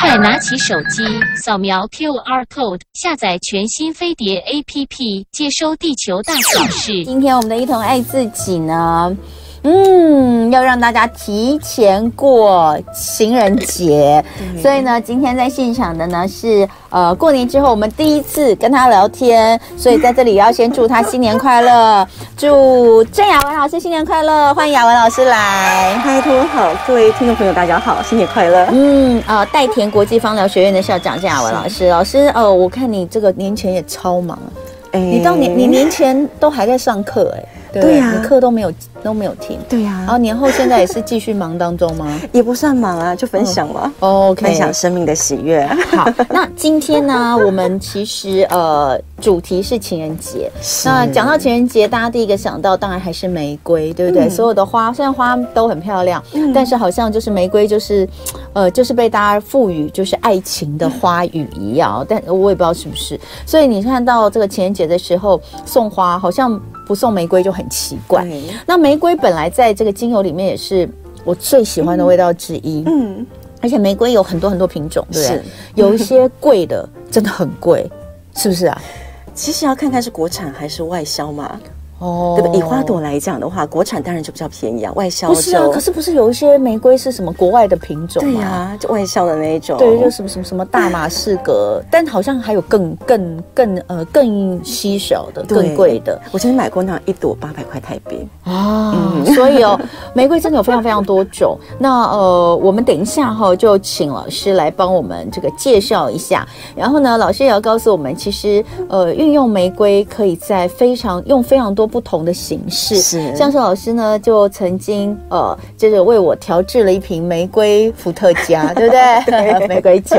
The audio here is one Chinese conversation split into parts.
快拿起手机，扫描 QR code，下载全新飞碟 APP，接收地球大小事。今天我们的一同爱自己呢，嗯，要让大家提前过情人节，所以呢，今天在现场的呢是呃过年之后我们第一次跟他聊天，所以在这里要先祝他新年快乐，祝郑雅文老师新年快乐，欢迎雅文老师来。嗨，同学好，各位听众朋友，大家好，新年快乐！嗯，呃，代田国际芳疗学院的校长郑雅文老师，老师，哦、我看你这个年前也超忙啊，哎你到年你年前都还在上课哎、对不对呀你课都没有都没有停，对呀、然后哦年后现在也是继续忙当中吗也不算忙啊，就分享嘛，嗯分？OK，享生命的喜悦。好，那今天呢，我们其实呃 主题是情人节。那讲到情人节，大家第一个想到当然还是玫瑰，对不对？所有的花虽然花都很漂亮，但是好像就是玫瑰就是，呃，就是被大家赋予就是爱情的花语一样。但呃我也不知道是不是，所以你看到这个情人节的时候送花，好像不送玫瑰就很奇怪。对，那玫瑰本来在这个精油里面也是我最喜欢的味道之一。嗯，而且玫瑰有很多很多品种，对不对是？有一些贵的真的很贵，是不是啊？其实要看看是国产还是外销嘛。哦对吧？以花朵来讲的话，国产当然就比较便宜啊，外销不是啊，就可是不是有一些玫瑰是什么国外的品种对吗？呀、就外销的那一种。对，就什么什么什么大马士革，但好像还有更更更呃更稀少的、对更贵的我曾经买过那一朵八百块台币。啊。所以哦，玫瑰真的有非常非常多种。那呃，我们等一下哈、就请老师来帮我们这个介绍一下。然后呢，老师也要告诉我们，其实呃，运用玫瑰可以在非常用非常多不同的形式，是像是老师呢，就曾经呃，就是为我调制了一瓶玫瑰伏特 加，对不对？玫瑰酒，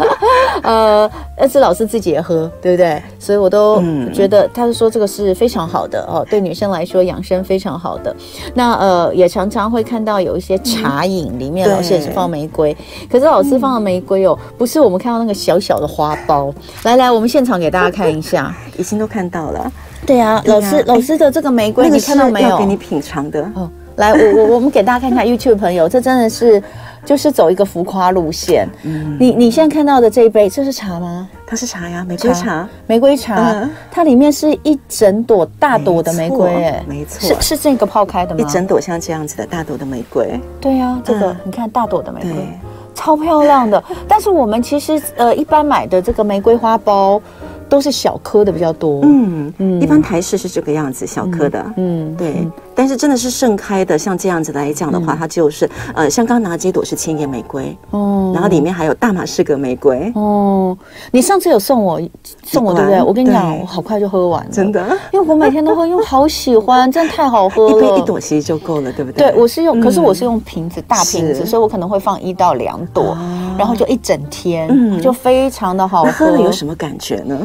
呃，但是老师自己也喝，对不对？所以我都嗯觉得，他是说这个是非常好的哦，对女生来说养生非常好的。那呃，也常常会看到有一些茶饮里面，对老师也是放玫瑰，可是老师放的玫瑰哦，不是我们看到那个小小的花苞。来来，我们现场给大家看一下。已经都看到了， 对啊，老师哎老师的这个玫瑰，你看到是没有要给？你品尝的，哦，来，我我我们给大家看一下 YouTube 朋友，这真的是就是走一个浮夸路线。嗯你你现在看到的这一杯，这是茶吗？它是茶呀，玫瑰茶，玫瑰茶，嗯它里面是一整朵大朵的玫瑰，没错哎，没错是是这个泡开的吗？一整朵像这样子的大朵的玫瑰，对啊，这个、嗯你看大朵的玫瑰对，超漂亮的。但是我们其实呃一般买的这个玫瑰花苞都是小颗的比较多，嗯嗯一般台式是这个样子，小颗的，嗯，对，但是真的是盛开的，像这样子来讲的话，它就是呃，像刚刚拿这一朵是千叶玫瑰，哦然后里面还有大马士革玫瑰，哦，你上次有送我送我对不对？罐我跟你讲，对我好快就喝完了，真的，因为我每天都喝，因为好喜欢，真的太好喝一了。杯一朵其实就够了，对不对？哦对，我是用，可是我是用瓶子，大瓶子，是所以我可能会放一到两朵，哦然后就一整天，嗯就非常的好那喝，喝了有什么感觉呢？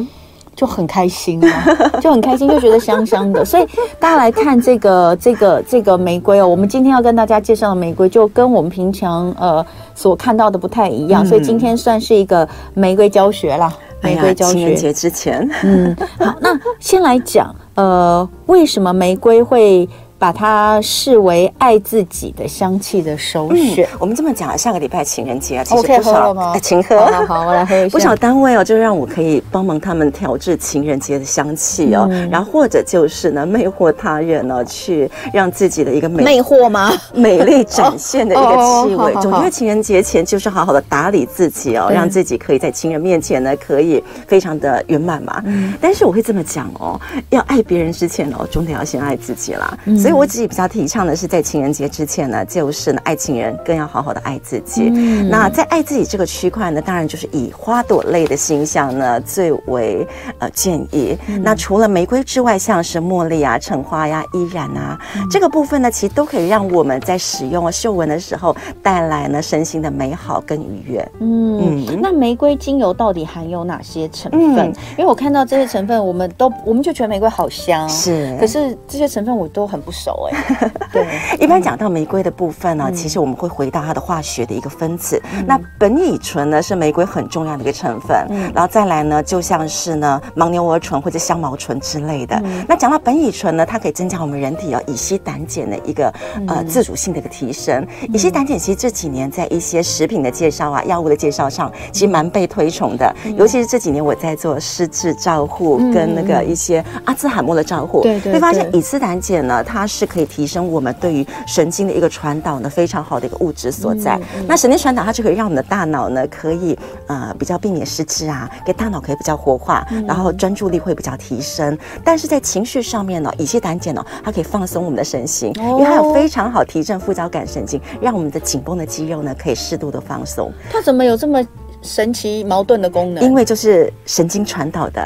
就很开心啊， 就很开心，就觉得香香的。所以大家来看这个这个这个玫瑰哦，我们今天要跟大家介绍的玫瑰，就跟我们平常呃所看到的不太一样，所以今天算是一个玫瑰教学啦，嗯哎玫呀瑰教情学人。节之前，嗯，好，那先来讲，呃，为什么玫瑰会把它视为爱自己的香气的首选？我们这么讲，下个礼拜情人节啊，嗯其我实可以不嗯喝了少吗哎，请喝。好好好，我来喝一下。不少单位哦，就让我可以帮忙他们调制情人节的香气哦，嗯然后或者就是呢，魅惑他人呢、去让自己的一个 美魅惑吗？美丽展现的一个气哦哦哦味。好总好觉得情人节前就是好好的打理自己哦，对让自己可以在情人面前呢，可以非常的圆满嘛。嗯但是我会这么讲哦，要爱别人之前哦，总得要先爱自己啦。嗯所以我自己比较提倡的是，在情人节之前呢，就是呢爱情人更要好好的爱自己。嗯那在爱自己这个区块呢，当然就是以花朵类的形象呢最为呃建议。那除了玫瑰之外，像是茉莉啊、橙花呀、依然啊、这个部分呢，其实都可以让我们在使用嗅闻的时候带来呢身心的美好跟愉悦。嗯，那玫瑰精油到底含有哪些成分？嗯因为我看到这些成分，我们都我们就觉得玫瑰好香，是可是这些成分我都很不手 哎、对，一般讲到玫瑰的部分呢、嗯其实我们会回到它的化学的一个分子。那苯乙醇呢是玫瑰很重要的一个成分，嗯然后再来呢就像是呢牻牛儿醇或者香茅醇之类的。嗯那讲到苯乙醇呢，它可以增加我们人体哦乙烯胆碱的一个嗯呃自主性的一个提升。乙烯胆碱其实这几年在一些食品的介绍啊、药物的介绍上，嗯其实蛮被推崇的。尤其是这几年我在做失智照护跟那个一些阿兹海默的照护，嗯对对会发现对乙斯胆碱呢，它是可以提升我们对于神经的一个传导呢非常好的一个物质所嗯在。那神经传导它就可以让我们的大脑呢可以呃比较避免失智啊，给大脑可以比较活化，嗯然后专注力会比较提升。但是在情绪上面呢，乙烯胆碱呢，它可以放松我们的身心，哦因为它有非常好提振副交感神经，让我们的紧绷的肌肉呢可以适度的放松，它怎么有这么神奇矛盾的功能？因为就是神经传导的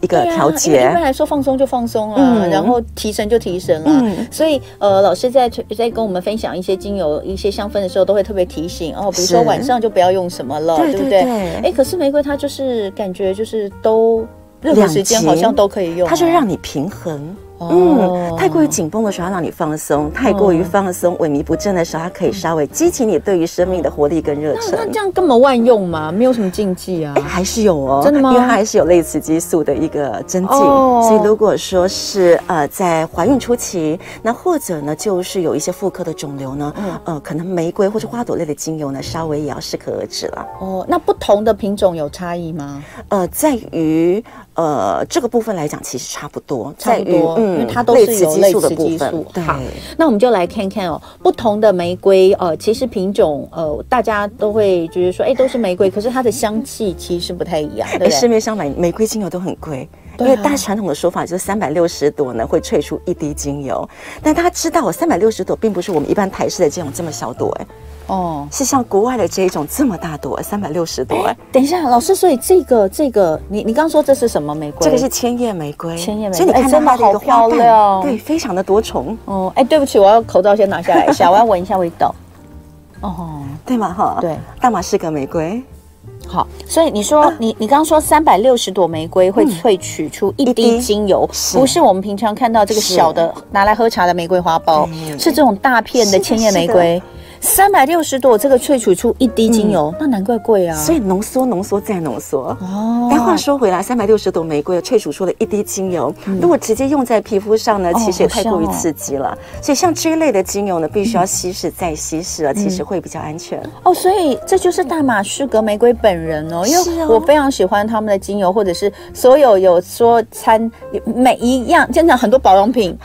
一个对啊调因为节。一般来说放松就放松啊，嗯然后提神就提神啊。嗯所以呃，老师在在跟我们分享一些精油、一些香氛的时候，都会特别提醒哦，比如说是晚上就不要用什么了，不对对对？对哎，可是玫瑰它就是感觉就是都任何时间两极好像都可以用啊、它就让你平衡。哦嗯，太过于紧绷的时候，它让你放松；太过于放松、萎靡不振的时候，它可以稍微激起你对于生命的活力跟热那忱那。这样根本万用嘛，没有什么禁忌啊哎，。还是有哦，真的吗因为它还是有类雌激素的一个增进，哦所以如果说是呃在怀孕初期，那或者呢就是有一些妇科的肿瘤呢，嗯呃可能玫瑰或者花朵类的精油呢，稍微也要适可而止了。哦，那不同的品种有差异吗？呃，在于呃这个部分来讲，其实差不多，差不在于嗯多因为它都是有嗯类雌激素对。好那我们就来看看哦，不同的玫瑰，呃，其实品种，呃，大家都会觉得说，哎，都是玫瑰，可是它的香气其实不太一样，对哎，不市对？面上买玫瑰精油都很贵。因对啊为大传统的说法就是三百六十朵呢会萃出一滴精油，但大家知道，三百六十朵并不是我们一般台式的这种这么小朵，哎，哦，是像国外的这一种这么大朵，三百六十朵，哎，等一下，老师，所以这个这个，你你刚说这是什么玫瑰？这个是千叶玫瑰，千叶玫瑰所以你哎看到真的它的一个好漂花亮瓣，对，非常的多重，哦，哎，对不起，我要口罩先拿下来 一下，我要闻一下味道。哦，对吗？哈，对，大马士革玫瑰好，所以你说、嗯你你刚刚说三百六十朵玫瑰会萃取出一一滴滴精油，是不是我们平常看到这个是小的拿来喝茶的玫瑰花苞，对是这种大片的是的嗯千叶玫瑰。三百六十朵，这个萃取出一滴精油，那难怪贵啊！所以浓缩、浓缩再浓缩。哦但话说回来，三百六十朵玫瑰萃取出了一滴精油，嗯如果直接用在皮肤哦上呢，其实也太过于刺激了。所以像这一类的精油呢，必须嗯要稀释再稀释了，其实会比较安全。哦，所以这就是大马士革玫瑰本人哦，因是为哦我非常喜欢他们的精油，或者是所有有说参有每一样，真的很多保养品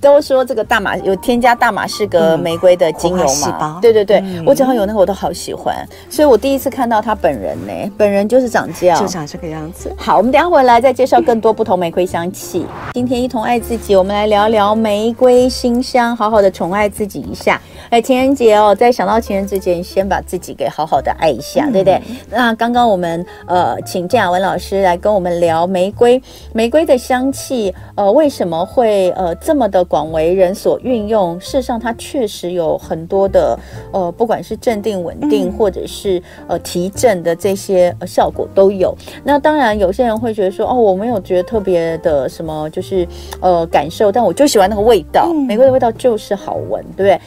都说这个大马有添加大马士革玫瑰的精油活嗯化细嘛胞，嗯对对对，我只要有那个我都好喜欢，所以我第一次看到他本人呢，本人就是长这样就。长这个样子。好，我们等一下回来再介绍更多不同玫瑰香气。今天一同爱自己，我们来聊聊玫瑰馨香，好好的宠爱自己一下。哎，情人节哦，在想到情人之前，先把自己给好好的爱一下，对不对？那刚刚我们呃，请郑雅文老师来跟我们聊玫瑰，玫瑰的香气，呃，为什么会呃这么的广为人所运用？事实上，它确实有很多的呃，不管是镇定、稳定，嗯或者是呃提振的这些、呃、效果都有。那当然，有些人会觉得说，哦，我没有觉得特别的什么，就是呃感受，但我就喜欢那个味道，嗯玫瑰的味道就是好闻，对不对？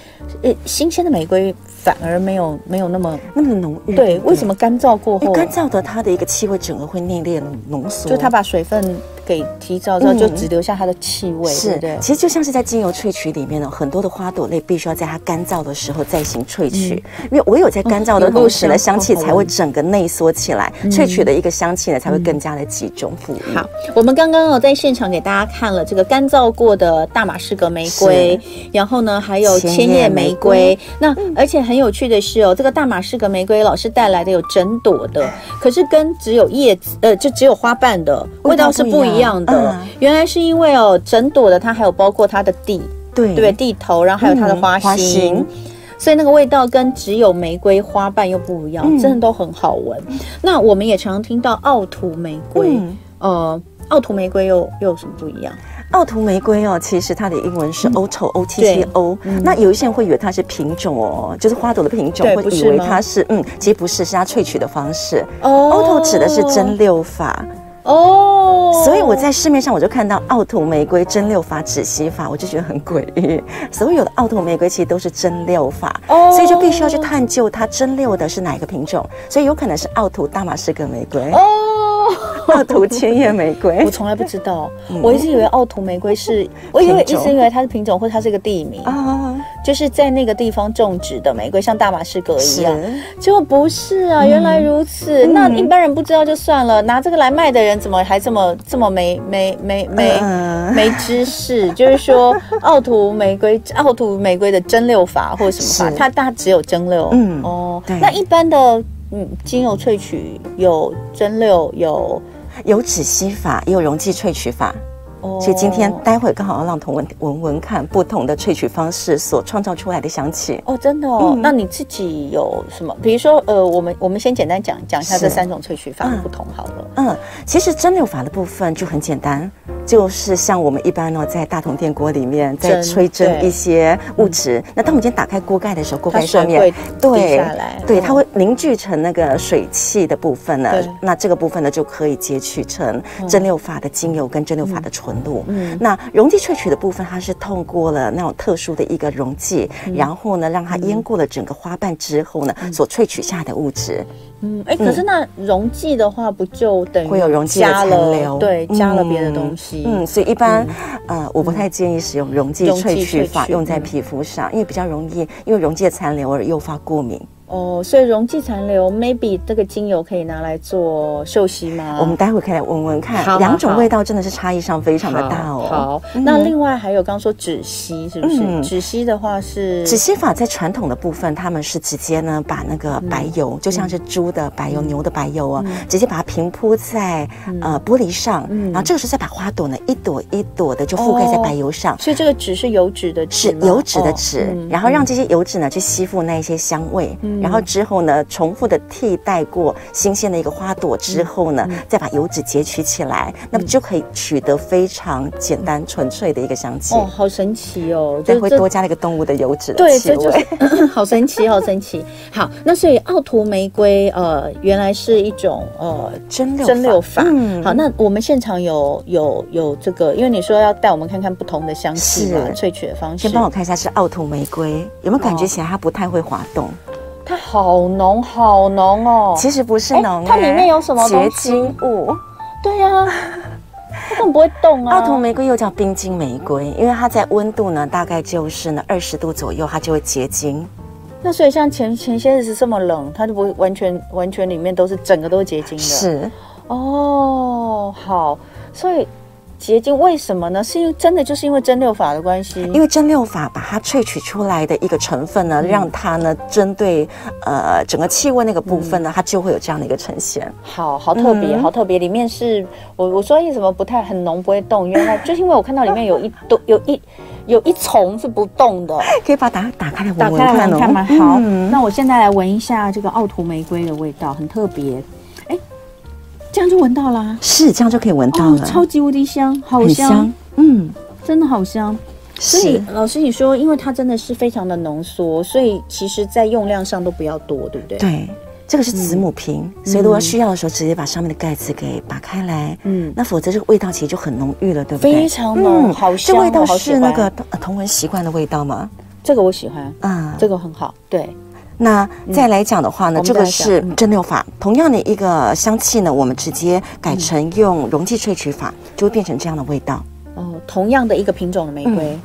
呃，新鲜的玫瑰反而没有没有那么那么浓郁，对，为什么？干燥过因后为，哎干燥的，它的一个气味整个会内敛浓缩，就它把水分给提燥之后，嗯就只留下它的气味，对是不对？其实就像是在精油萃取里面呢，很多的花朵类必须要在它干燥的时候再行萃取，因为唯有在干燥的同时嗯哦有呢，肉香香气好好才会闻嗯整个内缩起来，萃取的一个香气呢才会更加的集中馥郁。好，我们刚刚哦在现场给大家看了这个干燥过的大马士革玫瑰，然后呢还有千千叶叶玫玫瑰瑰。那而且很有趣的是哦，这个大马士革玫瑰老师带来的有整朵的，可是跟只有叶子呃就只有花瓣的味味道道是不不一一样样的嗯。原来是因为哦整朵的它还有包括它的地，对对不对？地头，然后还有它的嗯花花心心。所以那个味道跟只有玫瑰花瓣又不一样，嗯真的都很好闻。那我们也常听到奥图玫瑰，嗯呃，奥图玫瑰又又有什么不一样？奥图玫瑰哦，其实它的英文嗯是 Otto O T T O，那有一些人会以为它是品种哦，就是花朵的品种对，会不是以为吗它是嗯，其实不是，是它萃取的方式。哦 Otto 指的是蒸馏法。哦，所以我在市面上我就看到奥土玫瑰蒸馏法、止息法，我就觉得很诡异。 所有的奥土玫瑰其实都是蒸馏法，哦所以就必须要去探究它蒸馏的是哪一个品种，所以有可能是奥土大马士革玫瑰、哦。奥土千叶玫瑰 我。从来不知道，嗯我一直以为奥图玫瑰是，我以为一直以为它是品种，或者它是一个地名，啊，就是在那个地方种植的玫瑰，像大马士革一是样。结果不是啊，原来如此。嗯那一般人不知道就算了，拿这个来卖的人怎么还这么这么没没没没、嗯没知识？就是 说，奥图玫瑰，奥图玫瑰的蒸馏法或者什么法，是它它只有蒸馏。嗯哦对，那一般的嗯精油萃取有蒸馏有。有止息法，也有溶剂萃取法。哦所以今天待会刚好要让同文闻闻看不同的萃取方式所创造出来的香气。哦，真的哦，嗯那你自己有什么？比如说，呃，我们我们先简单讲讲一下是这三种萃取法的嗯不同好了。嗯，其实蒸馏法的部分就很简单，就是像我们一般呢，在大同电锅里面在蒸吹蒸对嗯一些物质。那当我们今天打开锅盖的时候，锅它盖上水面会滴对下来，嗯对，它会凝聚成那个水汽的部分呢对。那这个部分呢，就可以截取成蒸馏法的精油跟蒸馏法的纯露。嗯那溶剂萃取的部分，它是通过了那种特殊的一个溶剂，嗯然后呢，让它淹过了整个花瓣之后呢，所萃取下的物质。嗯，哎，可是那溶剂的话，不就等于会有溶剂的加残了留对，嗯加了别的东西。嗯，所以一般，呃，我不太建议使用溶剂嗯溶剂萃取法萃取用在嗯皮肤上，因为比较容易因为溶剂的残留而诱发过敏。哦，所以溶剂残留，maybe 这个精油可以拿来做嗅息吗？我们待会可以来闻闻好看，啊好两种好味道真的是差异上非常的大好哦。好，那另外还有刚刚说止息，是不是？嗯止息的话是止息法在传统的部分，他们是直接呢把那个白嗯油，就像是猪的白油、牛的白油啊，直接把它平铺在呃玻璃上，嗯然后这个时候再把花朵呢一朵一朵的就覆盖在白油上。所以这个脂是油脂的脂是吗，油脂的哦脂，嗯然后让这些油脂呢去吸附那一些香味，然后之后呢重复的替代过新鲜的一个花朵嗯之后呢，再把油脂截取起来，那么就可以取得非常简单纯粹的一个香嗯气。哦，好神奇哦，再是会这 多加了一个动物的油脂的对，气这就味。是好神奇，好神奇。好，那所以奥图玫瑰，呃，原来是一种呃蒸馏蒸馏法。嗯好，那我们现场有有有这个，因为你说要带我们看看不同的香气嘛，是萃取的方式先。帮我看一下是奥图玫瑰，有没有哦感觉起来它不太会滑动？它好浓，好浓哦。其实不是哎浓、欸，它里面有什么结东西嗯晶物？对啊呀、 它根本不会动啊。奥图玫瑰又叫冰晶玫瑰，因为它在温度呢大概就是呢二十度左右，它就会结晶。那所以像前前些日子这么冷，它就不会完全完全里面都是整个都是结晶的。是，哦，好，所以结晶为什么呢？是因为真的就是因为蒸馏法的关系，因为蒸馏法把它萃取出来的一个成分嗯呢，让它呢针对呃整个气味那个部分呢，嗯它就会有这样的一个呈现。好好特别，嗯好特别。里面是我我说为什么不太很浓不会动，原来就是因为我看到里面有一朵有一有一丛是不动的，哎可以把它打开来打闻闻开来看闻哦。看嘛。好，嗯那我现在来闻一下这个奥图玫瑰的味道，很特别。哎，这样就闻到啦，是这样就可以闻到哦，了，超级无敌香，好很香，香。嗯，真的好香。所以是。老师，你说，因为它真的是非常的浓缩，所以其实在用量上都不要多，对不对？，嗯对，这个是子母瓶，所以如果需要的时候，直接把上面的盖子给拔开来。嗯，那否则这个味道其实就很浓郁了，对不对？嗯非常浓好香哦这味道好喜是欢那个呃同文习惯的味道吗？这个我喜欢，啊、这个很好。对，那再来讲的话嗯呢，我们这再来个讲嗯是蒸馏法，同样的一个香气呢，我们直接改成用溶剂萃取法，就会变成这样的味道，哦，同样的一个品种的玫嗯瑰，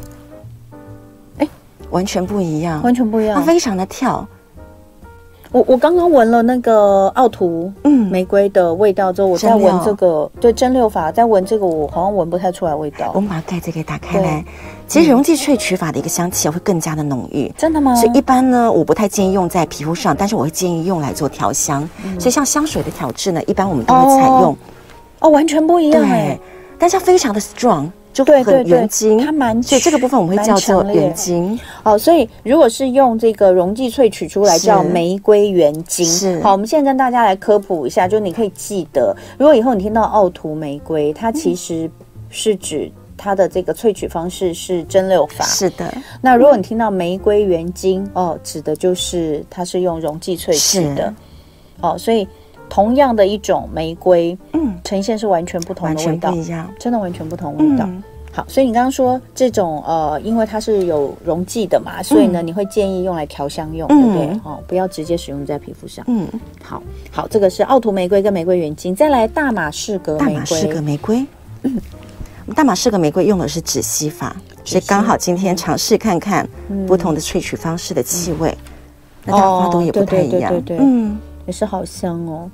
完全不一样，完全不一它样。非常的跳，啊我我刚刚闻了那个奥图嗯，哦玫瑰的味道之后，我蒸在馏闻这个，对蒸馏法，在闻这个，我好像闻不太出来味我道。们把盖子给打开来，其实溶剂萃取法的一个香气会更加的浓郁，真的吗？所以一般呢，我不太建议用在皮肤上，但是我会建议用来做调香。所以像香水的调制呢，一般我们都会采用，嗯哦哦，完全不一样哎对。，但是它非常的 strong，就对对很对原精，它蛮所以这个部分我们会蛮叫做强烈原精，好，所以如果是用这个溶剂萃取出来是叫玫瑰原精。是嗯好，我们现在跟大家来科普一下，就你可以记得，如果以后你听到奥图玫瑰，嗯它其实是指。它的这个萃取方式是蒸馏法。是的，那如果你听到玫瑰原精，哦，指的就是它是用溶剂萃取的。哦，所以同样的一种玫瑰，嗯，呈现是完全不同完的味全道不，一样。嗯真的完全不同味道。好，所以你刚刚说这种呃，因为它是有溶剂的嘛，所以呢，你会建议用来调香用，对不对嗯？哦，不要直接使用在皮肤上。嗯，好好，这个是奥图玫瑰跟玫瑰原精，再来大马士革大玫马士革瑰。玫瑰，嗯，大马士革玫瑰用的是止吸法，所以刚好今天尝试看看嗯不同的萃取方式的气味，那它花朵也不太一样，哦对对对对对嗯，也是好香哦，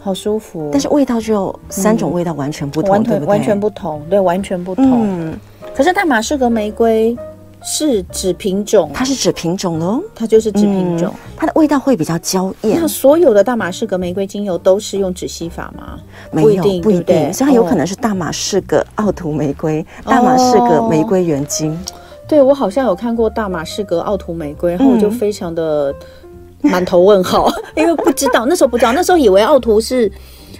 好舒服。哦但是味道就三种味道完全不嗯同，完对不全对？完全不同，对，完全不同。嗯，可是大马士革玫瑰是指品种，它是指品种喽，它就是指品种。嗯它的味道会比较娇艳那，所有的大马士革玫瑰精油都是用止吸法吗？没不一有定不对一不对定，所以它有哦可能是大马士革奥图玫瑰、大马士革玫瑰原精，对我好像有看过大马士革奥图玫瑰，然后我就嗯非常的满头问号，嗯 因为不知道那时候不知道，那时候以为奥图是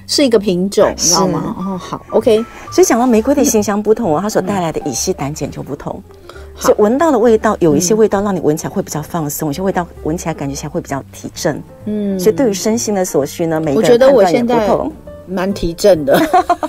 是一个品种，你知道吗？哦，好，OK，所以讲到玫瑰的馨香不同哦，它所带来的乙烯胆碱就不同。所以闻到的味道，有一些味道让你闻起来会比较放松，有些味道闻起来感觉起来会比较提振。嗯，所以对于身心的所需呢，每个我人觉得判我断也现不在同。蛮提振的，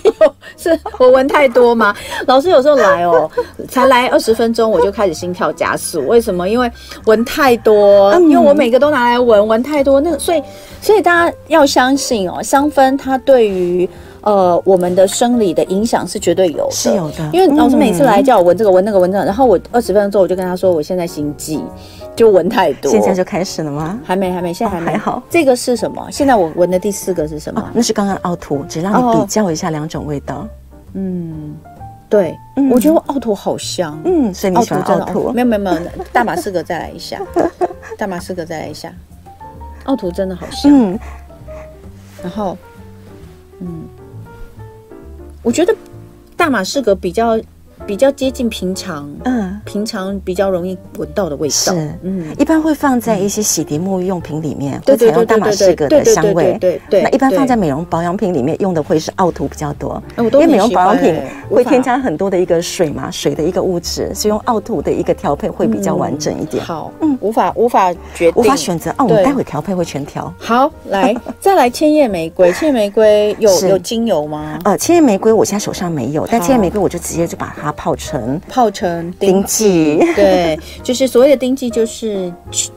是我闻太多吗？ 老师有时候来哦，才来二十分钟我就开始心跳加速，为什么？因为闻太多，嗯因为我每个都拿来闻，闻太多，那所以所以大家要相信哦，香氛它对于呃我们的生理的影响是绝对有的，是有的因为老师每次来嗯叫我闻这个闻那个闻那个，然后我二十分钟之后我就跟他说我现在心悸，就闻太多，现在就开始了吗？还没还没，现在还没、哦还好。这个是什么？现在我闻的第四个是什么？哦，那是刚刚的凹凸，只让你哦比较一下两种味道。嗯，对，嗯我觉得奥图好香。嗯，所以你喜欢真凹的凸没？有没有没有，大马士革再来一 下，大马士革再来一下，奥图真的好香。嗯，然后，嗯，我觉得大马士革比较比较接近平常，嗯，平常比较容易闻到的味道。是嗯，一般会放在一些洗涤沐浴用品里面，对会对采用对大对马对士对革对的对香对味对。对对。那一般放在对美容保养品里面用的会是凹凸比较多，哎我因都为很美容喜保养欢品哎无会法添加很多的一个水嘛，水的一个物质，所以用凹凸的一个调配会比较完整一点。嗯好，嗯嗯，无法无法决定，无法选择哦，我们对待会调配会全调。好，来再来千叶玫瑰，千叶玫瑰有是有精油吗？呃，千叶玫瑰我现在手上没有，但好千叶玫瑰我就直接就把它泡成泡成丁丁，剂。对，就是所谓的丁剂，就是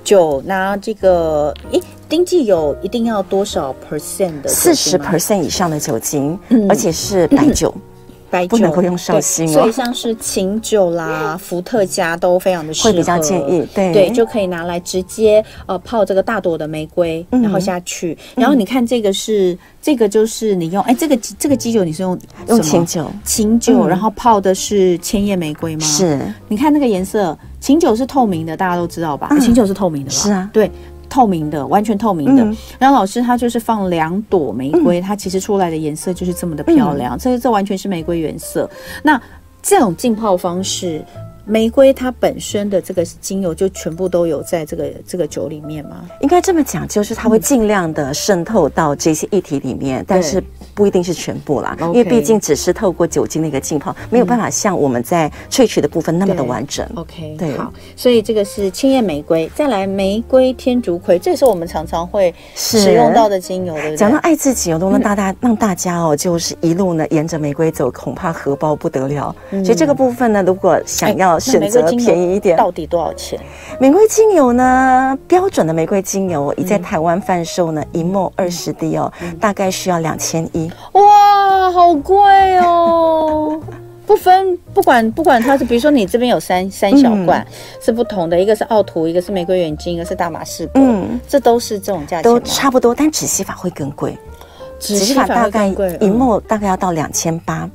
酒拿这个，诶，丁剂有一定要多少 percent 的酒精吗？四十 percent 以上的酒精，嗯而且是白酒，白酒不能够用绍兴哦嗯对所以像是琴酒啦、伏特加都非常的适合，会比较建议。哎对对，就可以拿来直接呃泡这个大朵的玫瑰，嗯然后下去。然后你看这个是这个就是你用哎这个这个基酒你是用用什清么酒琴酒，嗯然后泡的是千叶玫瑰吗？，是你看那个颜色，琴酒是透明的，大家都知道吧？嗯琴酒是透明的吧？是啊对。透明的，完全透明的。嗯然后老师他就是放两朵玫瑰，它其实出来的颜色就是这么的漂嗯亮。这这完全是玫瑰原色。那这种浸泡方式，玫瑰它本身的这个精油就全部都有在这个这个酒里面吗？应该这么讲，就是它会嗯尽量的渗透到这些液体里面，但是不一定是全部啦，因 OK 为毕竟只是透过酒精的一个浸泡，没有办法像我们在萃取的部分那么的对完整。 OK，对好，所以这个是千叶玫瑰，再来玫瑰天竺葵，这也是我们常常会是使用到的嗯精油，对不对？讲到爱自己哦，都能大大、让大家哦，就是一路呢沿着玫瑰走，恐怕荷包不得了。嗯所以这个部分呢，如果哎想要选择便宜一点，到底多少钱？玫瑰精油呢，标准的玫瑰精油已嗯在台湾贩售呢，一沫二十滴哦，大概需要两千一。哇，好贵哦！不分不管不管它是，比如说你这边有三三小嗯罐、是不同的，一个是奥图，一个是玫瑰原精，一个是大马士革，嗯这都是这种价钱都吗？差不多，但止吸法会更贵。只洗是法大概一嗯沫大概要到两千八，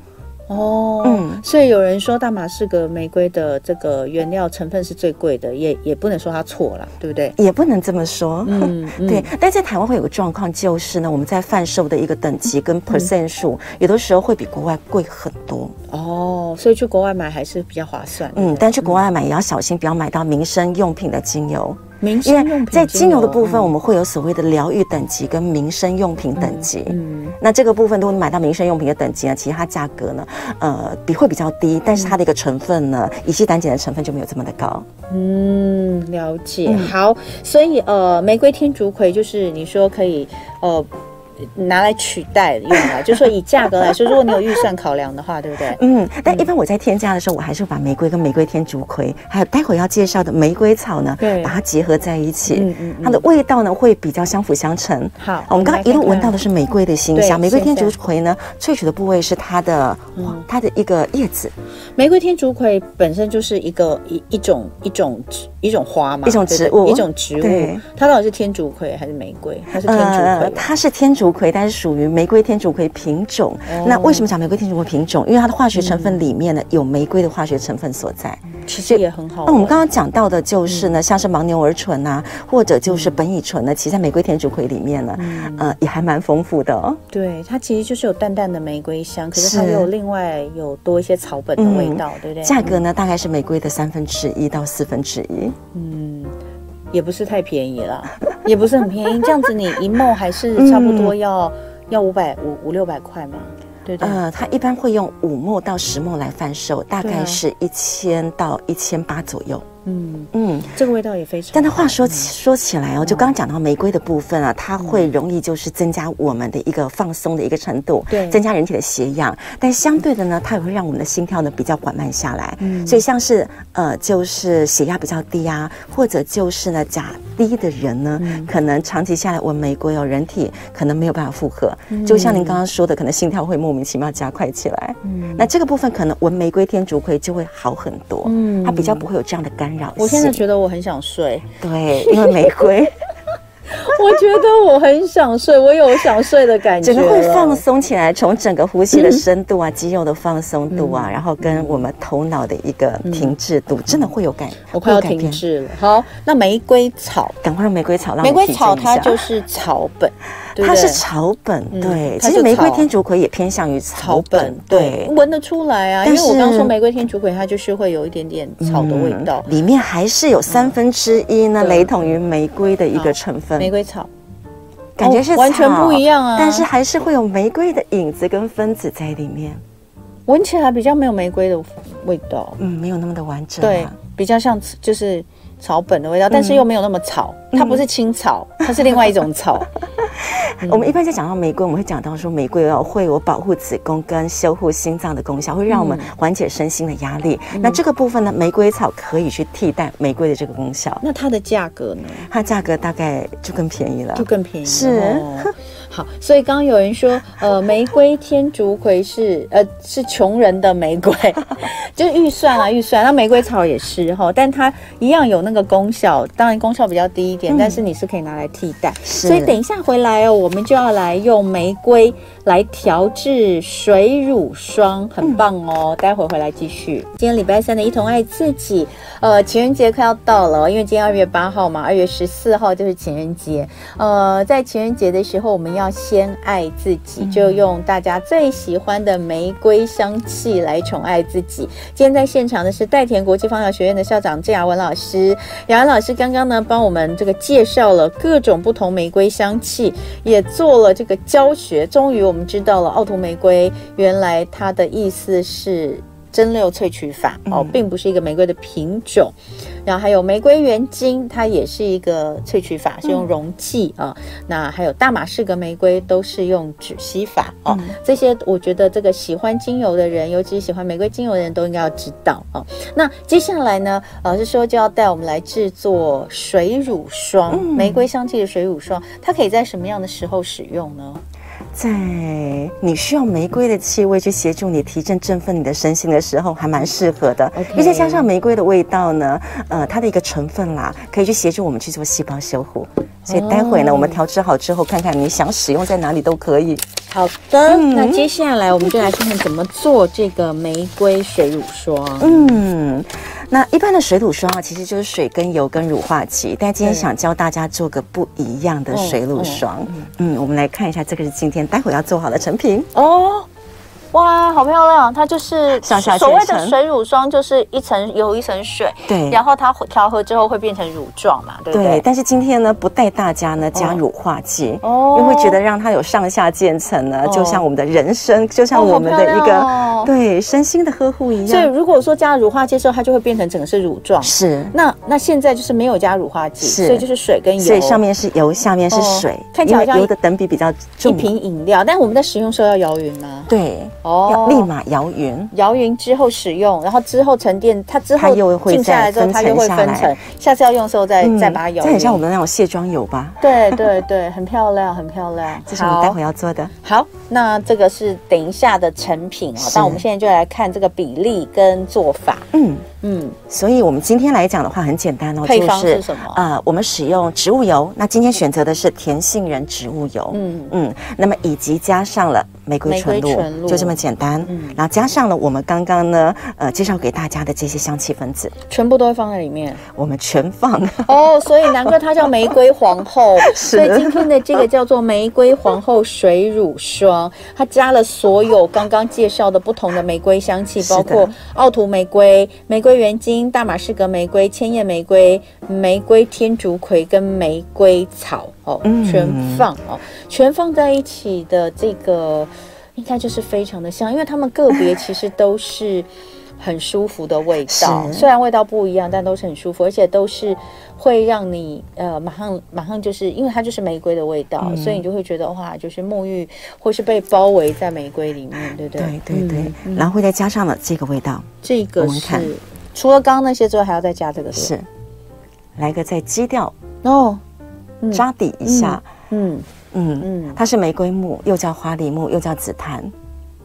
哦，嗯所以有人说大马士革玫瑰的这个原料成分是最贵的，也也不能说它错了，对不对？也不能这么说。嗯嗯对，但在台湾会有个状况，就是呢，我们在贩售的一个等级嗯跟 percent 数，有的时候会比国外贵很多。哦，所以去国外买还是比较划算。嗯，但去国外买也要小心，不要买到民生用品的精油，民因生用为品嗯在精油的部分，我们们会有所谓的疗愈等级跟民生用品等级。嗯那这个部分，如果你买到民生用品的等级呢，啊其实它价格呢，呃，比会比较低，但是它的一个成分呢，乙烯胆碱的成分就没有这么的高。嗯，了解。嗯好，所以呃，玫瑰天竺葵就是你说可以呃。拿来取代用来，就说以价格来说，如果你有预算考量的话，对不对？嗯，但一般我在添加的时候，我还是把玫瑰跟玫瑰天竺葵，还有待会儿要介绍的玫瑰草呢，对把它结合在一起，嗯嗯嗯它的味道呢会比较相辅相成。哦好我们刚刚一路闻到的的是玫瑰的馨对香，玫瑰馨天香嗯竺葵呢萃取的部位是它的、哇它的一个叶子，玫瑰天竺葵本身就是一个一一种一种植一种花嘛，一种对植不对物一种植物对。它到底是天竺葵还是玫瑰？它是天竺葵吧。呃它是天竺葵，但是属于玫瑰天竺葵品种。哦那为什么讲玫瑰天竺葵品种？因为它的化学成嗯分里面呢、有玫瑰的化学成分所在。其实也很好。哦那我们刚刚讲到的就是嗯呢，像是牻牛儿醇啊，或者就是苯乙醇呢，其实在玫瑰天竺葵里面呢，嗯呃，也还蛮丰富的哦。对它其实就是有淡淡的玫瑰香，可是它是嗯又另外有多一些草本的味道，对不对？价格呢，大概是玫瑰的三分之一到四分之一。嗯，也不是太便宜啦， 也不是很便宜。这样子你一梦还是差不多要、嗯要五百五五六百块嘛，对不对？呃，它一般会用五墨到十墨来贩售，大对啊概是一千到一千八左右。嗯，嗯，这个味道也非常好。但它话说嗯起说起来哦，就刚刚讲到玫瑰的部分啊，它会容易就是增加我们的一个放松的一个程度，对增加人体的血氧。但相对的呢，它也会让我们的心跳呢比较缓慢下来。嗯所以像是呃，就是血压比较低啊，或者就是呢钾低的人呢，嗯可能长期下来闻玫瑰哦，人体可能没有办法负荷。就像您刚刚说的，可能心跳会莫名其妙加快起来。嗯那这个部分可能闻玫瑰天竺葵就会好很多，嗯它比较不会有这样的干扰性。我现在觉得我很想睡， 对，因为玫瑰我觉得我很想睡，我有想睡的感觉整了，个会放松起来，从整个呼吸的深度啊、肌肉的放松度嗯啊，然后跟我们头脑的一个停滞度，真的会有感，我快要会有改停变。滞了。好，那玫瑰草，赶快让玫瑰草让我玫瑰提草振一下它就是草本，对不对它是草本，嗯对，它其就实玫瑰草天竺葵也偏向于草草本本，，对。闻得出来啊。因但为我刚是说玫瑰天竺葵，它就是会有一点点草的味道。嗯嗯里面还是有三分之一呢，对雷同于玫瑰的一好个成分，玫瑰草，感觉是哦完全草不一样啊但是还是会有玫瑰的影子跟分子在里面，闻起来比较没有玫瑰的味道，嗯，没有那么的完整、啊，对，比较像就是草本的味道，但是又没有那么草，它不是青 草，它是另外一种草。嗯我们一般在讲到玫瑰，我们会讲到说玫瑰哦会有保护子宫跟修护心脏的功效，会让我们缓解身心的压力。嗯那这个部分呢，玫瑰草可以去替代玫瑰的这个功效， 那它的价格呢，它价格大概就更便宜了就。更便宜了是哦好，所以刚刚有人说， 呃，玫瑰天竺葵是呃是穷人的玫 瑰，就是预算啊预算，那玫瑰草也是哈，但它一样有那个功效，当然功效比较低一点，但是你是可以拿来替代。是所以等一下回来哦，我们就要来用玫瑰来调制水乳霜，很棒哦。待会儿回来继续。今天礼拜三的一同爱自己，呃，情人节快要到了哦，因为今天二月八号嘛，二月十四号就是情人节。呃，在情人节的时候，我们要先爱自己，就用大家最喜欢的玫瑰香气来宠爱自己。今天在现场的是代田国际芳疗学院的校长郑雅文老师。雅文老师刚刚呢，帮我们这个介绍了各种不同玫瑰香气，也做了这个教学。终于我们知道了奥图玫瑰，原来它的意思是蒸馏萃取法哦，并不是一个玫瑰的品种。然后还有玫瑰原精，它也是一个萃取法，是用溶剂啊、那还有大马士革玫瑰都是用止吸法哦。这些我觉得这个喜欢精油的人，尤其喜欢玫瑰精油的人都应该要知道哦。那接下来呢，老师说就要带我们来制作水乳霜，嗯玫瑰香气的水乳霜，它可以在什么样的时候使用呢？在你需要玫瑰的气味去协助你提振、振奋你的身心的时候，还蛮适合的。 OK 因为再加上玫瑰的味道呢，呃，它的一个成分啦，可以去协助我们去做细胞修护。所以待会呢，哦我们调制好之后，看看你想使用在哪里都可以。好的，那接下来我们就来看看怎么做这个玫瑰水乳霜。嗯，那一般的水乳霜啊，其实就是水跟油跟乳化剂，但今天对想教大家做个不一样嗯嗯的水乳霜。嗯我们来看一下，这个是今天待会要做好的成品。哦，哇，好漂亮！它就是上下所谓渐的层水乳霜，就是一层油一层水，对然后它调和之后会变成乳状嘛，对不对对？，但是今天呢，不带大家呢加乳化剂，哦因为会觉得让它有上下渐层呢，哦就像我们的人生，就像哦好我们的一漂个、亮哦对身心的呵护一所以样。如果说加了乳化剂之后，它就会变成整个是乳状。是，那那现在就是没有加乳化剂，是所以就是水跟油，所以上面是油，下面是水，哦看起来好因像为油的等比比较一重，瓶饮料。但我们在使用时候要摇匀吗？对，哦要立马摇匀。摇匀之后使用，然后之后沉淀，它之它后又会静下来之后，再它又会分层分下层来。嗯下次要用的时候再、哎再把它摇这匀。很像我们那种卸妆油吧？对对对，很漂亮， 很漂亮。这是我们待会要做的。好，那这个是等一下的成品哦是。那我们现在就来看这个比例跟做法。嗯，嗯，所以我们今天来讲的话很简单哦，配就方是什么呃，我们使用植物油，那今天选择的是甜杏仁植物油。嗯嗯嗯，那么以及加上了玫瑰纯玫露瑰纯，露就这么简单。嗯然后加上了我们刚刚呢呃介绍给大家的这些香气分子，全部都会放在里面。我们全放。 哦，所以难怪它叫玫瑰皇后。 所是以今天的这个叫做玫瑰皇后水乳霜，它加了所有刚刚介绍的不同的玫瑰香气，是的包括奥图玫瑰、玫瑰原精、大马士革玫瑰、千叶玫瑰、玫瑰天竺葵跟玫瑰草哦，嗯全放哦，全放在一起的这个应该就是非常的像，因为它们个别其实都是。很舒服的味道，是虽然味道不一样，但都是很舒服，而且都是会让你呃马上马上就是因为它就是玫瑰的味嗯道，所以你就会觉得哇，就是沐浴或是被包围在玫瑰里面，对不对？ 对对对嗯，然后会再加上了这个味道，这个我们看是除了刚刚那些之外，还要再加这个对是来个再基调不对哦，嗯扎底一下。嗯嗯嗯，它是玫瑰木，又叫花梨木，又叫紫檀。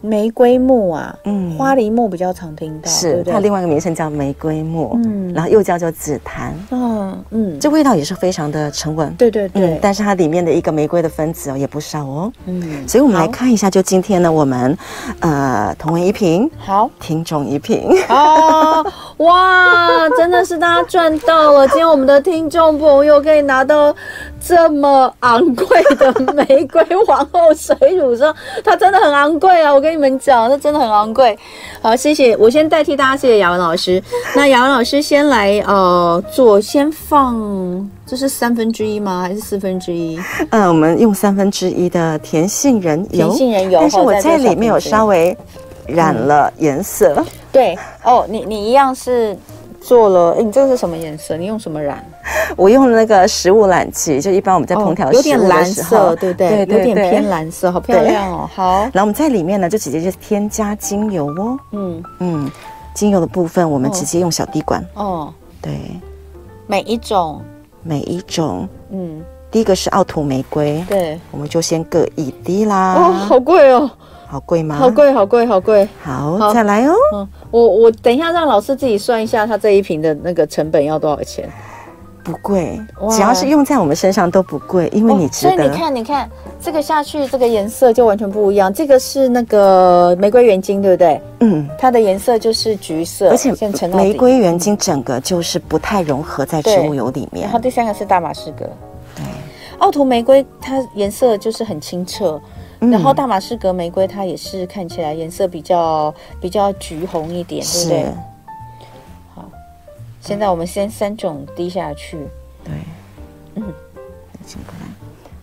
玫瑰木啊，嗯花梨木比较常听到，是对不它另对？外一个名称叫玫瑰木，嗯然后又叫做紫檀，嗯嗯，这味道也是非常的沉稳。嗯对对对，但是它里面的一个玫瑰的分子哦也不少哦，嗯所以我们来好看一下，就今天呢，我们呃同为一瓶，好。听众一瓶，哦，哇，真的是大家赚到了！今天我们的听众朋友可以拿到这么昂贵的玫瑰皇后水乳霜，它真的很昂贵啊！我跟你们讲，它真的很昂贵。好，谢谢，我先代替大家谢谢雅文老师。那雅文老师先来呃做，先放这是三分之一吗？还是四分之一？ 呃，我们用三分之一的甜杏仁油，甜杏仁油但是后我再在做里面有小瓶子稍微染了颜色，对哦，你你一样是做了，诶你这个是什么颜色？你用什么染？我用那个食物染剂，就一般我们在烹调哦有食点物的蓝时候，色，对不对？哦有点偏。蓝色，好漂亮哦。 好，然后我们在里面呢，就直接就添加精油哦，嗯，嗯，精油的部分我们哦直接用小滴管，哦，对，每一种，每一种，嗯，第一个是奥图玫瑰，对。我们就先各一滴啦，哦，好贵哦，好贵吗？好，贵，好贵，好贵。好，好再来哦，嗯，我我等一下让老师自己算一下，他这一瓶的那个成本要多少钱？不贵哇，哦只要是用在我们身上都不贵，因为你值所以你得。看，你看这个下去，这个颜色就完全不一样。这个是那个玫瑰原精，对不对？嗯，它的颜色就是橘色，而且现在沉到底玫。瑰原精整个就是不太融合在植对物油里面然后，第三个是大马士革。对，奥图玫瑰它颜色就是很清澈，嗯然后大马士革玫瑰它也是看起来颜色比较比较橘红一点，对不对是？，现在我们先三种滴下去，对，嗯，请过来。嗯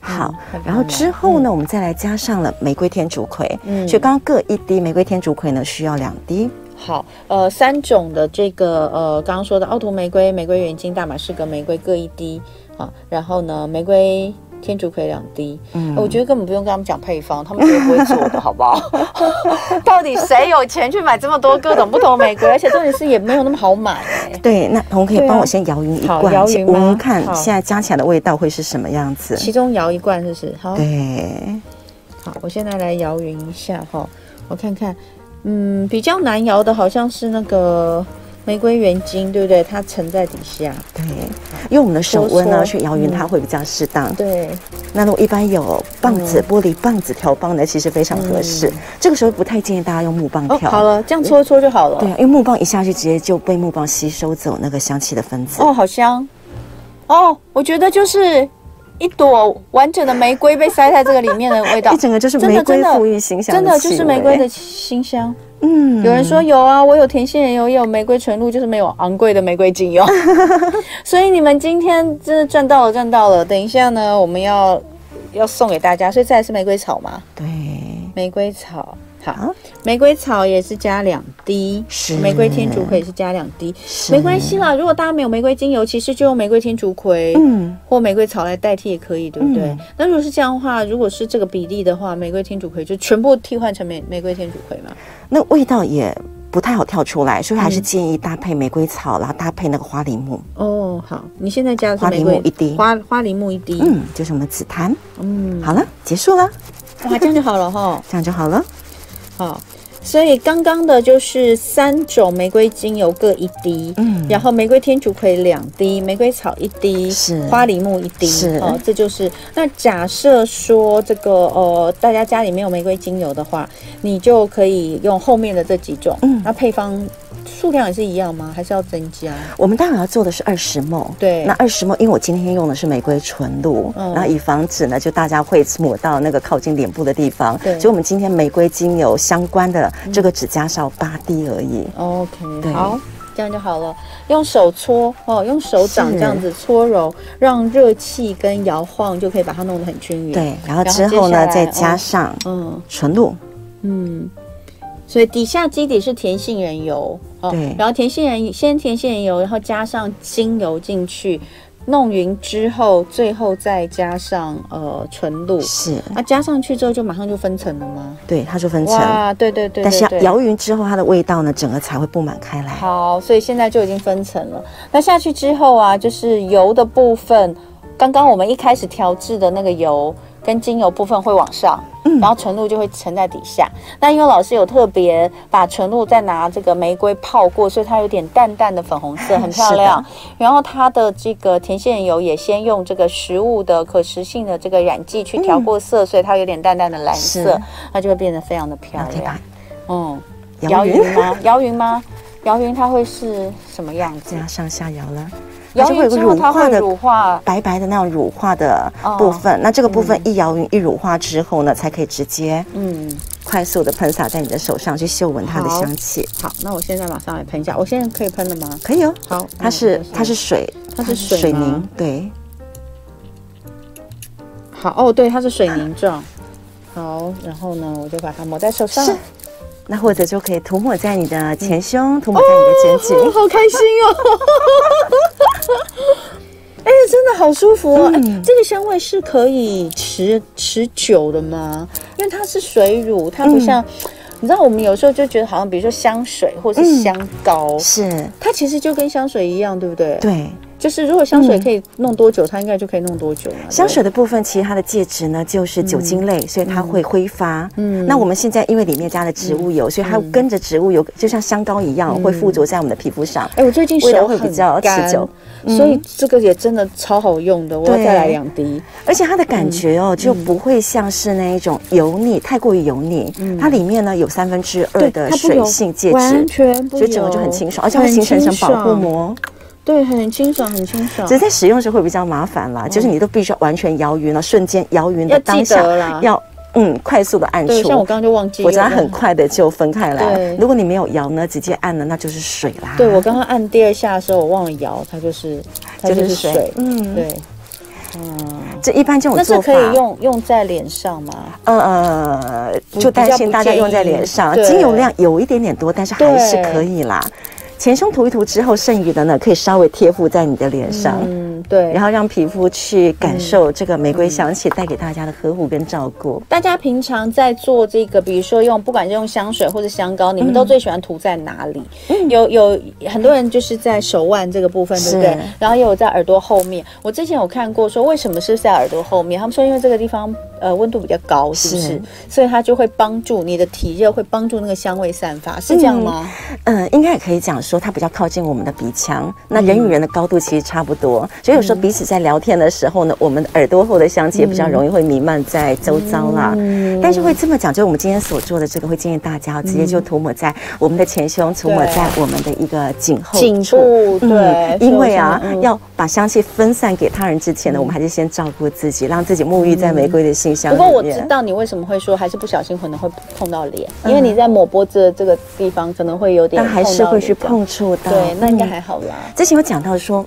好很，然后漂亮之后呢，我们再来加上了玫瑰天竺葵，嗯所以刚刚各一滴玫瑰天竺葵呢需要两滴，好，呃，三种的这个呃刚刚说的奥图玫瑰、玫瑰原精、大马士革玫瑰各一滴啊，然后呢玫瑰。天竺葵两滴，呃嗯我觉得根本不用跟他们讲配方，他们绝对不会做的，好不 好？到底谁有钱去买这么多各种不同玫瑰？而且重点是也没有那么好买、欸对，那红可以对啊帮我先摇匀一好罐，摇先匀闻吗闻看好现在加起来的味道会是什么样子。其中摇一罐是不是？好，对，好，我现在来摇匀一下哈，我看看，嗯，比较难摇的好像是那个玫瑰原精，对不对？它沉在底下，对，用我们的手温收缩嗯呢去摇匀它会比较适当。对，嗯那如果一般有棒子、玻璃棒子调棒呢，其实非常合适。这个时候不太建议大家用木棒哦，调。好。了，这样搓一搓就好了。对啊，因为木棒一下去，直接就被木棒吸收走那个香气的分子。哦哦，好香，哦，我觉得就是一朵完整的玫瑰被塞在这个里面的味道 一，整个就是真的玫瑰真的馥郁馨香，真的就是玫瑰的，馨香。嗯，有人说有啊，我有甜杏仁油，也有玫瑰纯露，就是没有昂贵的玫瑰精 油。所以你们今天真的赚到了，赚到了。等一下呢，我们要要送给大家，所以这还是玫瑰草吗？对，玫瑰草。好好，玫瑰草也是加两滴，是玫瑰天竺葵也是加两滴，是没关，系啦。如果大家没有玫瑰精油，其实就用玫瑰天竺葵，嗯，或玫瑰草来代替也可以，对不对？嗯那如果是这样的话，如果是这个比例的话，玫瑰天竺葵就全部替换成玫玫瑰天竺葵嘛？那味道也不太好跳出来，所以还是嗯建议搭配玫瑰草，然后搭配那个花梨木，哦，好，你现在加的是花梨玫瑰木一滴花花梨木一滴，嗯，就是我们紫檀。嗯，好了，结束了，哇，这样就好了哈。这样就好了。好，所以刚刚的就是三种玫瑰精油各一滴，嗯然后玫瑰天竺葵两滴，玫瑰草一滴，是花梨木一滴，是哦，这就是。那假设说这个呃，大家家里没有玫瑰精油的话，你就可以用后面的这几种，嗯那配方数量也是一样吗？还是要增加？我们待会儿要做的是二十梦，对那二十梦，因为我今天用的是玫瑰纯露，嗯然后以防止呢，就大家会抹到那个靠近脸部的地方，对嗯所以我们今天玫瑰精油相关的这个只加上八滴而已， OK，对好，这样就好了。用手搓哦，用手掌是这样子搓揉，让热气跟摇晃就可以把它弄得很均匀。，对，然后然后之后接下呢来再加上嗯纯露，嗯。所以底下基底是甜杏仁油哦对然后甜杏仁先甜杏仁油，然后加上精油进去，弄匀之后，最后再加上呃纯露。是，啊，加上去之后就马上就分层了吗？对，它就分层，哇，对对对对对，但是要摇匀之后，它的味道呢整个才会布满开来。好，所以现在就已经分层了。那下去之后啊，就是油的部分，刚刚我们一开始调制的那个油跟精油部分会往上，嗯然后纯露就会沉在底下。那因为老师有特别把纯露再拿这个玫瑰泡过，所以它有点淡淡的粉红 色，很漂亮。然后它的这个甜杏仁油也先用这个食物的可食性的这个染剂去调过色，所以它有点淡淡的蓝色嗯是，它就会变得非常的漂然后可以亮把。嗯。它摇摇匀，匀吗？ 摇匀吗？摇匀它会是什么样这子？样上下摇了，它摇就会匀有个之后啊乳它化会的乳化，白白的那种乳化的哦部分，那这个部分一摇匀、一乳化之后呢，才可以直接嗯，快速的喷洒在你的手上去嗅闻它的好香气，好，那我现在马上来喷一下，我现在可以喷了吗？可以哦。好，它嗯是我先它是水，它是水吗凝，对，好哦，对，它是水凝 状。好，然后呢，我就把它抹在手上，是那或者就可以涂抹在你的前胸，涂抹在你的肩我颈。好开心哦！ 哎，真的好舒服哦！哎嗯这个香味是可以持持久的吗？因为它是水乳，它不像，你知道我们有时候就觉得好像，比如说香水或是嗯香膏，是，它其实就跟香水一样，对不对？，对。就是如果香水可以弄多久，它应该就可以弄多久嘛。对香水的部分，其实它的介质呢就是酒精类，所以它会挥发。嗯嗯，那我们现在因为里面加了植物油，所以它跟着植物油，就像香膏一嗯样，会附着在我们的皮肤上。哎、我最近味道手会比很较持干久嗯所以这个也真的超好用的，我要对再来两滴。而且它的嗯感觉哦，就不会像是那一种油腻，太过于油腻。它里面呢有三分之二的嗯它不水油性介质完，全不所以整个就油很清爽，而且它会形成层保护，很清膜。爽嗯对，很清爽，很清爽只。是在使用时会比较麻烦啦，就是你都必须要完全摇匀了，瞬间摇匀嗯要的记当下得啦要嗯快速的按对，像我出。刚刚就忘记，我知道它很。快的就分开对来，如果你没有摇呢，直接按了那就是水啦。对，我刚刚按第二下的时候，我忘了摇，它就是它就就是是水水。嗯对，嗯，这一般这种那是做法可以用嗯用在脸上吗？呃，就担心大家用在脸上，比较不建精议油量有一点点多，但是还是可以啦。前胸涂一涂之后，剩余的呢可以稍微贴附在你的脸上，嗯，对。嗯然后让皮肤去感受这个玫瑰香气带给大家的呵护跟照顾。大家平常在做这个，比如说用，不管是用香水或者香膏，你们嗯都最喜欢涂在哪里？有有很多人就是在手腕这个部分，对不对是？然后也有在耳朵后面。我之前有看过说，为什么是在耳朵后面？他们说因为这个地方呃温度比较高，是不是？是所以它就会帮助你的体热，会帮助那个香味散发，是这样吗？嗯，应该也可以讲说，它比较靠近我们的鼻腔，那嗯人与人的高度其实差不多，所以有时候彼此在聊天的时候呢，我们的耳朵后的香气也比较容易会弥漫在周遭啦。嗯但是会这么讲，就是我们今天所做的这个，会建议大家哦直接就涂抹在我们的前胸，涂抹对在我们的一个颈后颈处。部哦对嗯，，因为啊，所以我想嗯嗯要把香气分散给他人之前呢，我们还是先照顾自己，让自己沐浴在玫瑰的馨香不里过我面知道你为什么会说还是不小心可能会碰到脸，因为你在抹脖子的这个地方可能会有点嗯但碰到脸，还是会去碰触到。对，那应该嗯还好啦。之前有讲到说，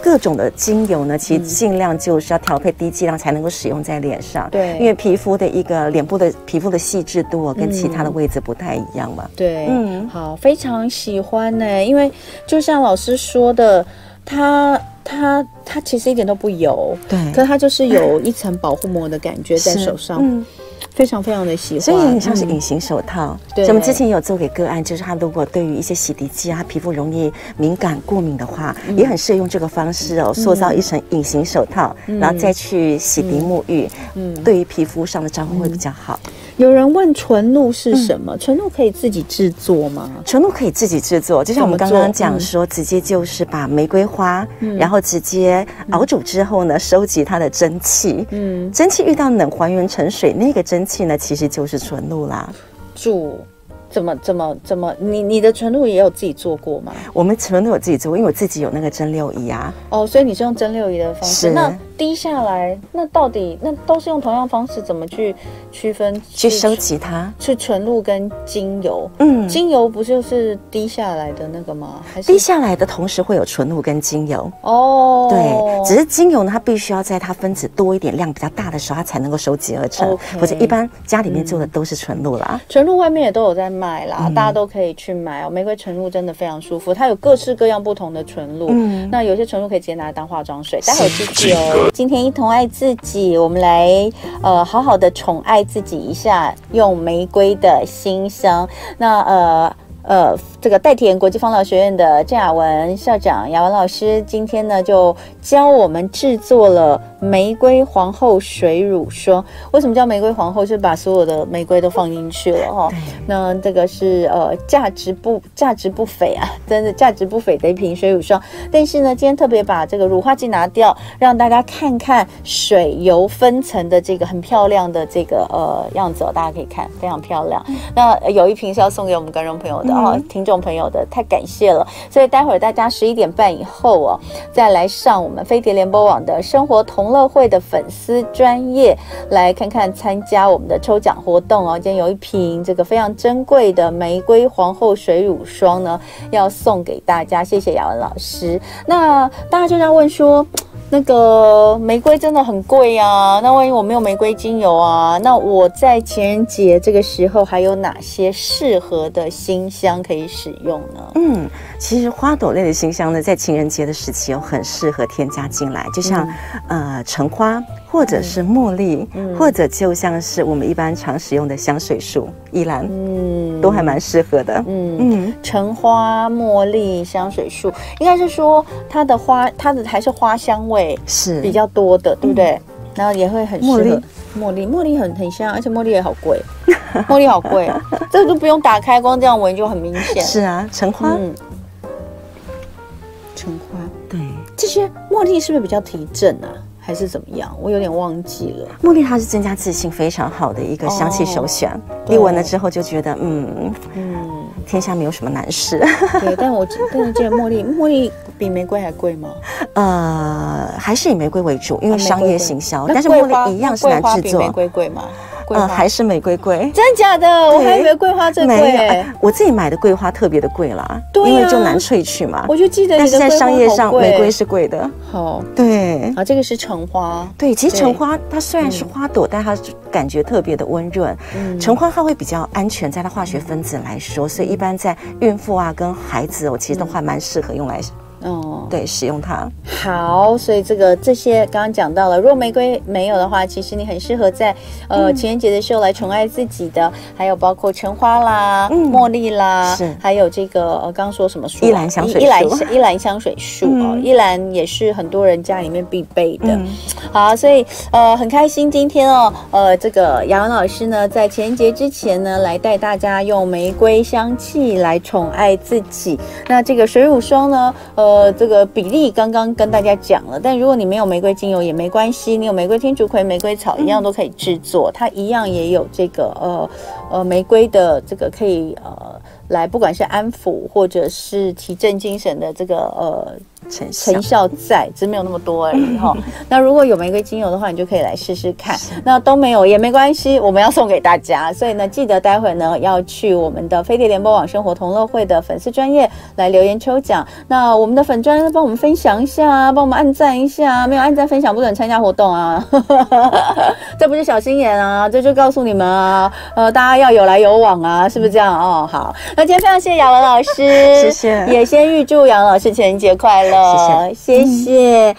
各种的精油呢，嗯其实尽量就是要调配低剂量才能够使用在脸上。对因为皮肤的一个脸部的皮肤的细致度哦跟其他的位置不太一样嘛。对，嗯好，非常喜欢呢、因为就像老师说的，它它它其实一点都不油，对可它就是有一层保护膜的感觉在是手上，嗯，非常非常的喜欢，所以很像是嗯隐形手套。对所以我们之前也有做给个案，就是他如果对于一些洗涤剂啊，他皮肤容易敏感过敏的话，嗯也很适合用这个方式哦，塑造一层隐形手套，嗯然后再去洗涤沐浴，嗯，对于皮肤上的照顾会比较好。有人问纯露是什么？纯露可以自己制作吗？纯露可以自己制作，就像我们刚怎么刚做嗯讲说，直接就是把玫瑰花，然后直接熬煮之后呢，收集它的蒸汽。嗯，蒸汽遇到冷还原成水，那个蒸汽呢，其实就是纯露啦。煮。怎么怎么怎么？你你的纯露也有自己做过吗？我们纯露我自己做，因为我自己有那个蒸馏仪啊。哦，所以你是用蒸馏仪的方式，是那滴下来，那到底那都是用同样方式，怎么去区分去是收集它。是纯露跟精油？嗯，精油不就是滴下来的那个吗？还是滴下来的同时会有纯露跟精油。哦，对，只是精油呢，它必须要在它分子多一点、量比较大的时候，它才能够收集而成。 OK 嗯或者一般家里面做的都是纯露啦。纯啊露外面也都有在卖啦，大家都可以去买哦。玫瑰纯露真的非常舒服，它有各式各样不同的纯露。嗯那有些纯露可以直接拿来当化妆水，待会儿继续哦。今天一同爱自己，我们来呃好好的宠爱自己一下，用玫瑰的馨香。那呃。呃，这个代田国际芳疗学院的郑雅文校长、雅文老师，今天呢就教我们制作了玫瑰皇后水乳霜。为什么叫玫瑰皇后？就是把所有的玫瑰都放进去了哦。那这个是呃价值不价值不菲啊，真的价值不菲的一瓶水乳霜。但是呢，今天特别把这个乳化剂拿掉，让大家看看水油分层的这个很漂亮的这个呃样子哦，大家可以看，非常漂亮。那呃有一瓶是要送给我们观众朋友的哦，听众朋友的，太感谢了。所以待会儿大家十一点半以后哦，再来上我们飞碟联播网的生活同乐会的粉丝专业，来看看参加我们的抽奖活动哦。今天有一瓶这个非常珍贵的玫瑰皇后水乳霜呢，要送给大家，谢谢雅文老师。那大家就在问说。那个玫瑰真的很贵啊，那万一我没有玫瑰精油啊，那我在情人节这个时候还有哪些适合的新香可以使用呢？嗯，其实花朵类的馨香呢，在情人节的时期哦，很适合添加进来，就像、嗯呃橙花，或者是茉莉，或者就像是我们一般常使用的香水树依兰，嗯，都还蛮适合的。嗯嗯，橙花、茉莉、香水树，应该是说它的花，它的还是花香味是比较多的，对不对？然后也会很适合嗯茉莉茉莉，茉莉很很香，而且茉莉也好贵， 茉莉好贵，这个都不用打开，光这样闻就很明显。是啊，橙花、嗯，橙花对，这些茉莉是不是比较提振啊，还是怎么样？我有点忘记了。茉莉它是增加自信非常好的一个香气首选，对你闻了之后就觉得嗯，嗯，天下没有什么难事。 对，但我记 但是记得茉莉，茉莉比玫瑰还贵吗？呃，还是以玫瑰为主，因为啊商业行销，哦但是茉莉一样是难制那桂花比玫作。瑰贵吗？桂花、呃，还是玫瑰贵。真假的？我还以为桂花最贵、没有、哎我自己买的桂花特别的贵啦，对啊因为就难萃取嘛。我就记得但你是的在桂花商业上，好贵玫瑰是贵的。好对啊，这个是橙花，对，其实对橙花它虽然是花朵，但它感觉特别的温润。嗯橙花它会比较安全，嗯在它化学分子来说，所以一般在孕妇啊跟孩子哦，其实都还蛮适合用来哦，对，使用它。好，所以这个这些刚刚讲到了，如果玫瑰没有的话，其实你很适合在嗯呃情人节的时候来宠爱自己的，还有包括橙花啦、嗯茉莉啦是，还有这个呃刚刚说什么树啊？依兰香水依依兰树香依兰香水树哦，嗯依兰也是很多人家里面必备的。嗯，好，所以呃很开心今天哦，呃这个雅文老师呢在情人节之前呢来带大家用玫瑰香气来宠爱自己。那这个水乳霜呢，呃这个比例刚刚跟大家讲了，但如果你没有玫瑰精油也没关系，你有玫瑰天竺葵、玫瑰草一样都可以制作，它一样也有这个呃呃玫瑰的这个可以呃来不管是安抚或者是提振精神的这个呃成效成效在，只是没有那么多而 已哈。那如果有玫瑰精油的话，你就可以来试试看。那都没有也没关系，我们要送给大家。所以呢，记得待会呢要去我们的飞碟联播网生活同乐会的粉丝专业来留言抽奖。那我们的粉专帮我们分享一下啊，帮我们按赞一下啊，没有按赞分享不准参加活动啊。 这不是小心眼啊，这就告诉你们啊，呃，大家要有来有往啊，是不是这样哦？好，那今天非常谢谢雅文老师，谢谢也先预祝杨老师情人节快乐，谢谢，谢谢。